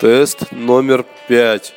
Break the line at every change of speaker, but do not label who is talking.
Тест номер пять.